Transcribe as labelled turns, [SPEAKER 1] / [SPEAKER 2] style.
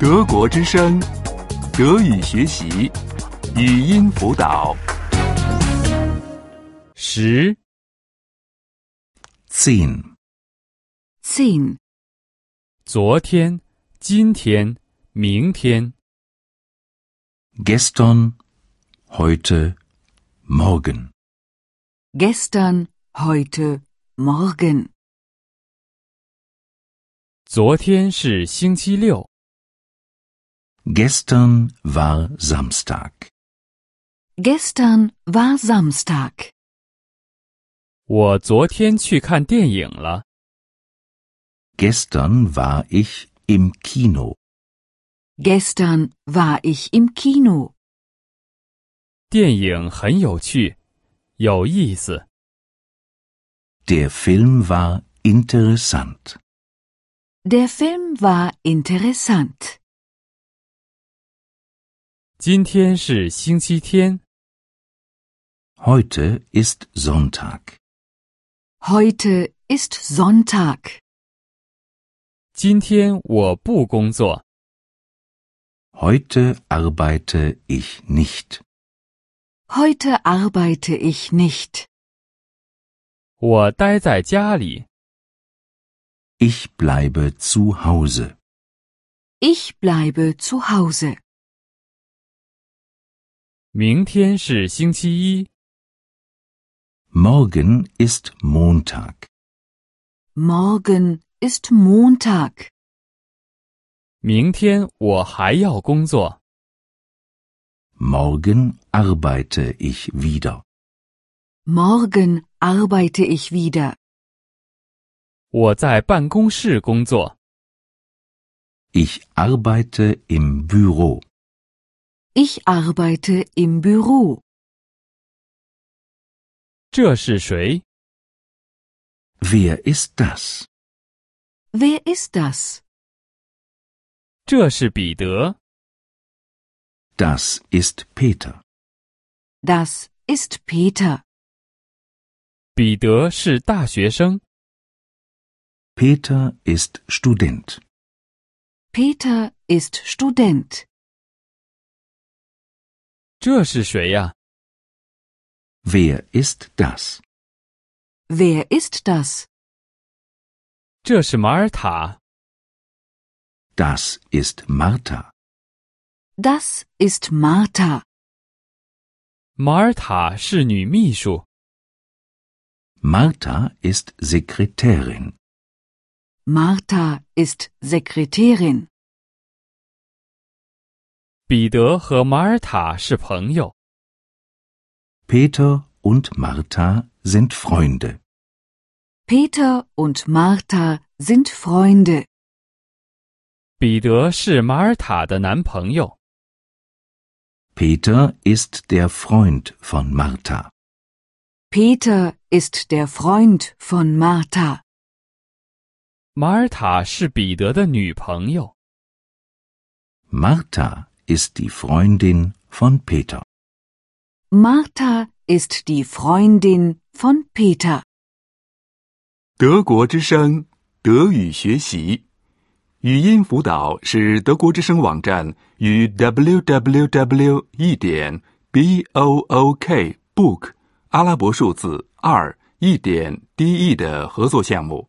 [SPEAKER 1] 德国之声，德语学习，语音辅导。十
[SPEAKER 2] Zehn.
[SPEAKER 3] 10.
[SPEAKER 1] 昨天、今天、明天、
[SPEAKER 2] Gestern, heute, morgen.
[SPEAKER 3] Gestern, heute, morgen.
[SPEAKER 1] 昨天是星期六，
[SPEAKER 2] Gestern war Samstag.
[SPEAKER 3] Gestern war Samstag.
[SPEAKER 1] 我昨天去看电影了。
[SPEAKER 2] Gestern war ich im Kino.
[SPEAKER 3] Gestern war ich im Kino.
[SPEAKER 1] 电影很有趣，有意思。
[SPEAKER 2] Der Film war interessant.
[SPEAKER 3] Der Film war interessant.
[SPEAKER 1] 今天是星期天，
[SPEAKER 2] Heute ist Sonntag.
[SPEAKER 3] Heute ist Sonntag.
[SPEAKER 1] 今天我不工作。
[SPEAKER 2] Heute arbeite ich nicht.
[SPEAKER 3] Heute arbeite ich nicht.
[SPEAKER 1] 我待在家里，
[SPEAKER 2] Ich bleibe zu Hause.
[SPEAKER 3] Ich bleibe zu Hause.
[SPEAKER 1] 明天是星期一，
[SPEAKER 2] Morgen ist Montag.
[SPEAKER 3] Morgen ist Montag.
[SPEAKER 1] 明天我还要工作。
[SPEAKER 2] Morgen arbeite ich wieder.
[SPEAKER 3] Morgen arbeite ich wieder.
[SPEAKER 1] 我在办公室工作，
[SPEAKER 2] Ich arbeite im Büro.
[SPEAKER 3] Ich arbeite im Büro.
[SPEAKER 1] 这是谁？
[SPEAKER 2] Wer ist das?
[SPEAKER 3] Wer ist das?
[SPEAKER 1] 这是彼得。
[SPEAKER 2] Das ist Peter.
[SPEAKER 3] Das ist Peter.
[SPEAKER 1] 彼得是大学生，
[SPEAKER 2] Peter ist Student.
[SPEAKER 3] Peter ist Student.
[SPEAKER 1] 这是谁呀、
[SPEAKER 2] Wer ist das?
[SPEAKER 3] Wer ist das?
[SPEAKER 1] 这是马尔塔。
[SPEAKER 2] Das ist Martha.
[SPEAKER 3] Das ist Martha.
[SPEAKER 1] 马尔塔是女秘书，
[SPEAKER 2] Martha ist Sekretärin.
[SPEAKER 3] Martha ist Sekretärin.
[SPEAKER 1] 彼得和马尔塔是朋友。
[SPEAKER 2] Peter und Martha sind Freunde.
[SPEAKER 3] Peter und Martha sind Freunde.
[SPEAKER 1] 彼得是马尔塔的男朋友，
[SPEAKER 2] Peter ist der Freund von Martha.
[SPEAKER 3] Peter ist der Freund von Martha.
[SPEAKER 1] 马尔塔是彼得的女朋友。
[SPEAKER 2] Martha ist die Freundin von Peter.
[SPEAKER 3] Martha ist die Freundin von Peter.
[SPEAKER 4] 德国之声德语学习语音辅导是德国之声网站与 www. 一点 b o o k book 阿拉伯数字二一点 d e 的合作项目。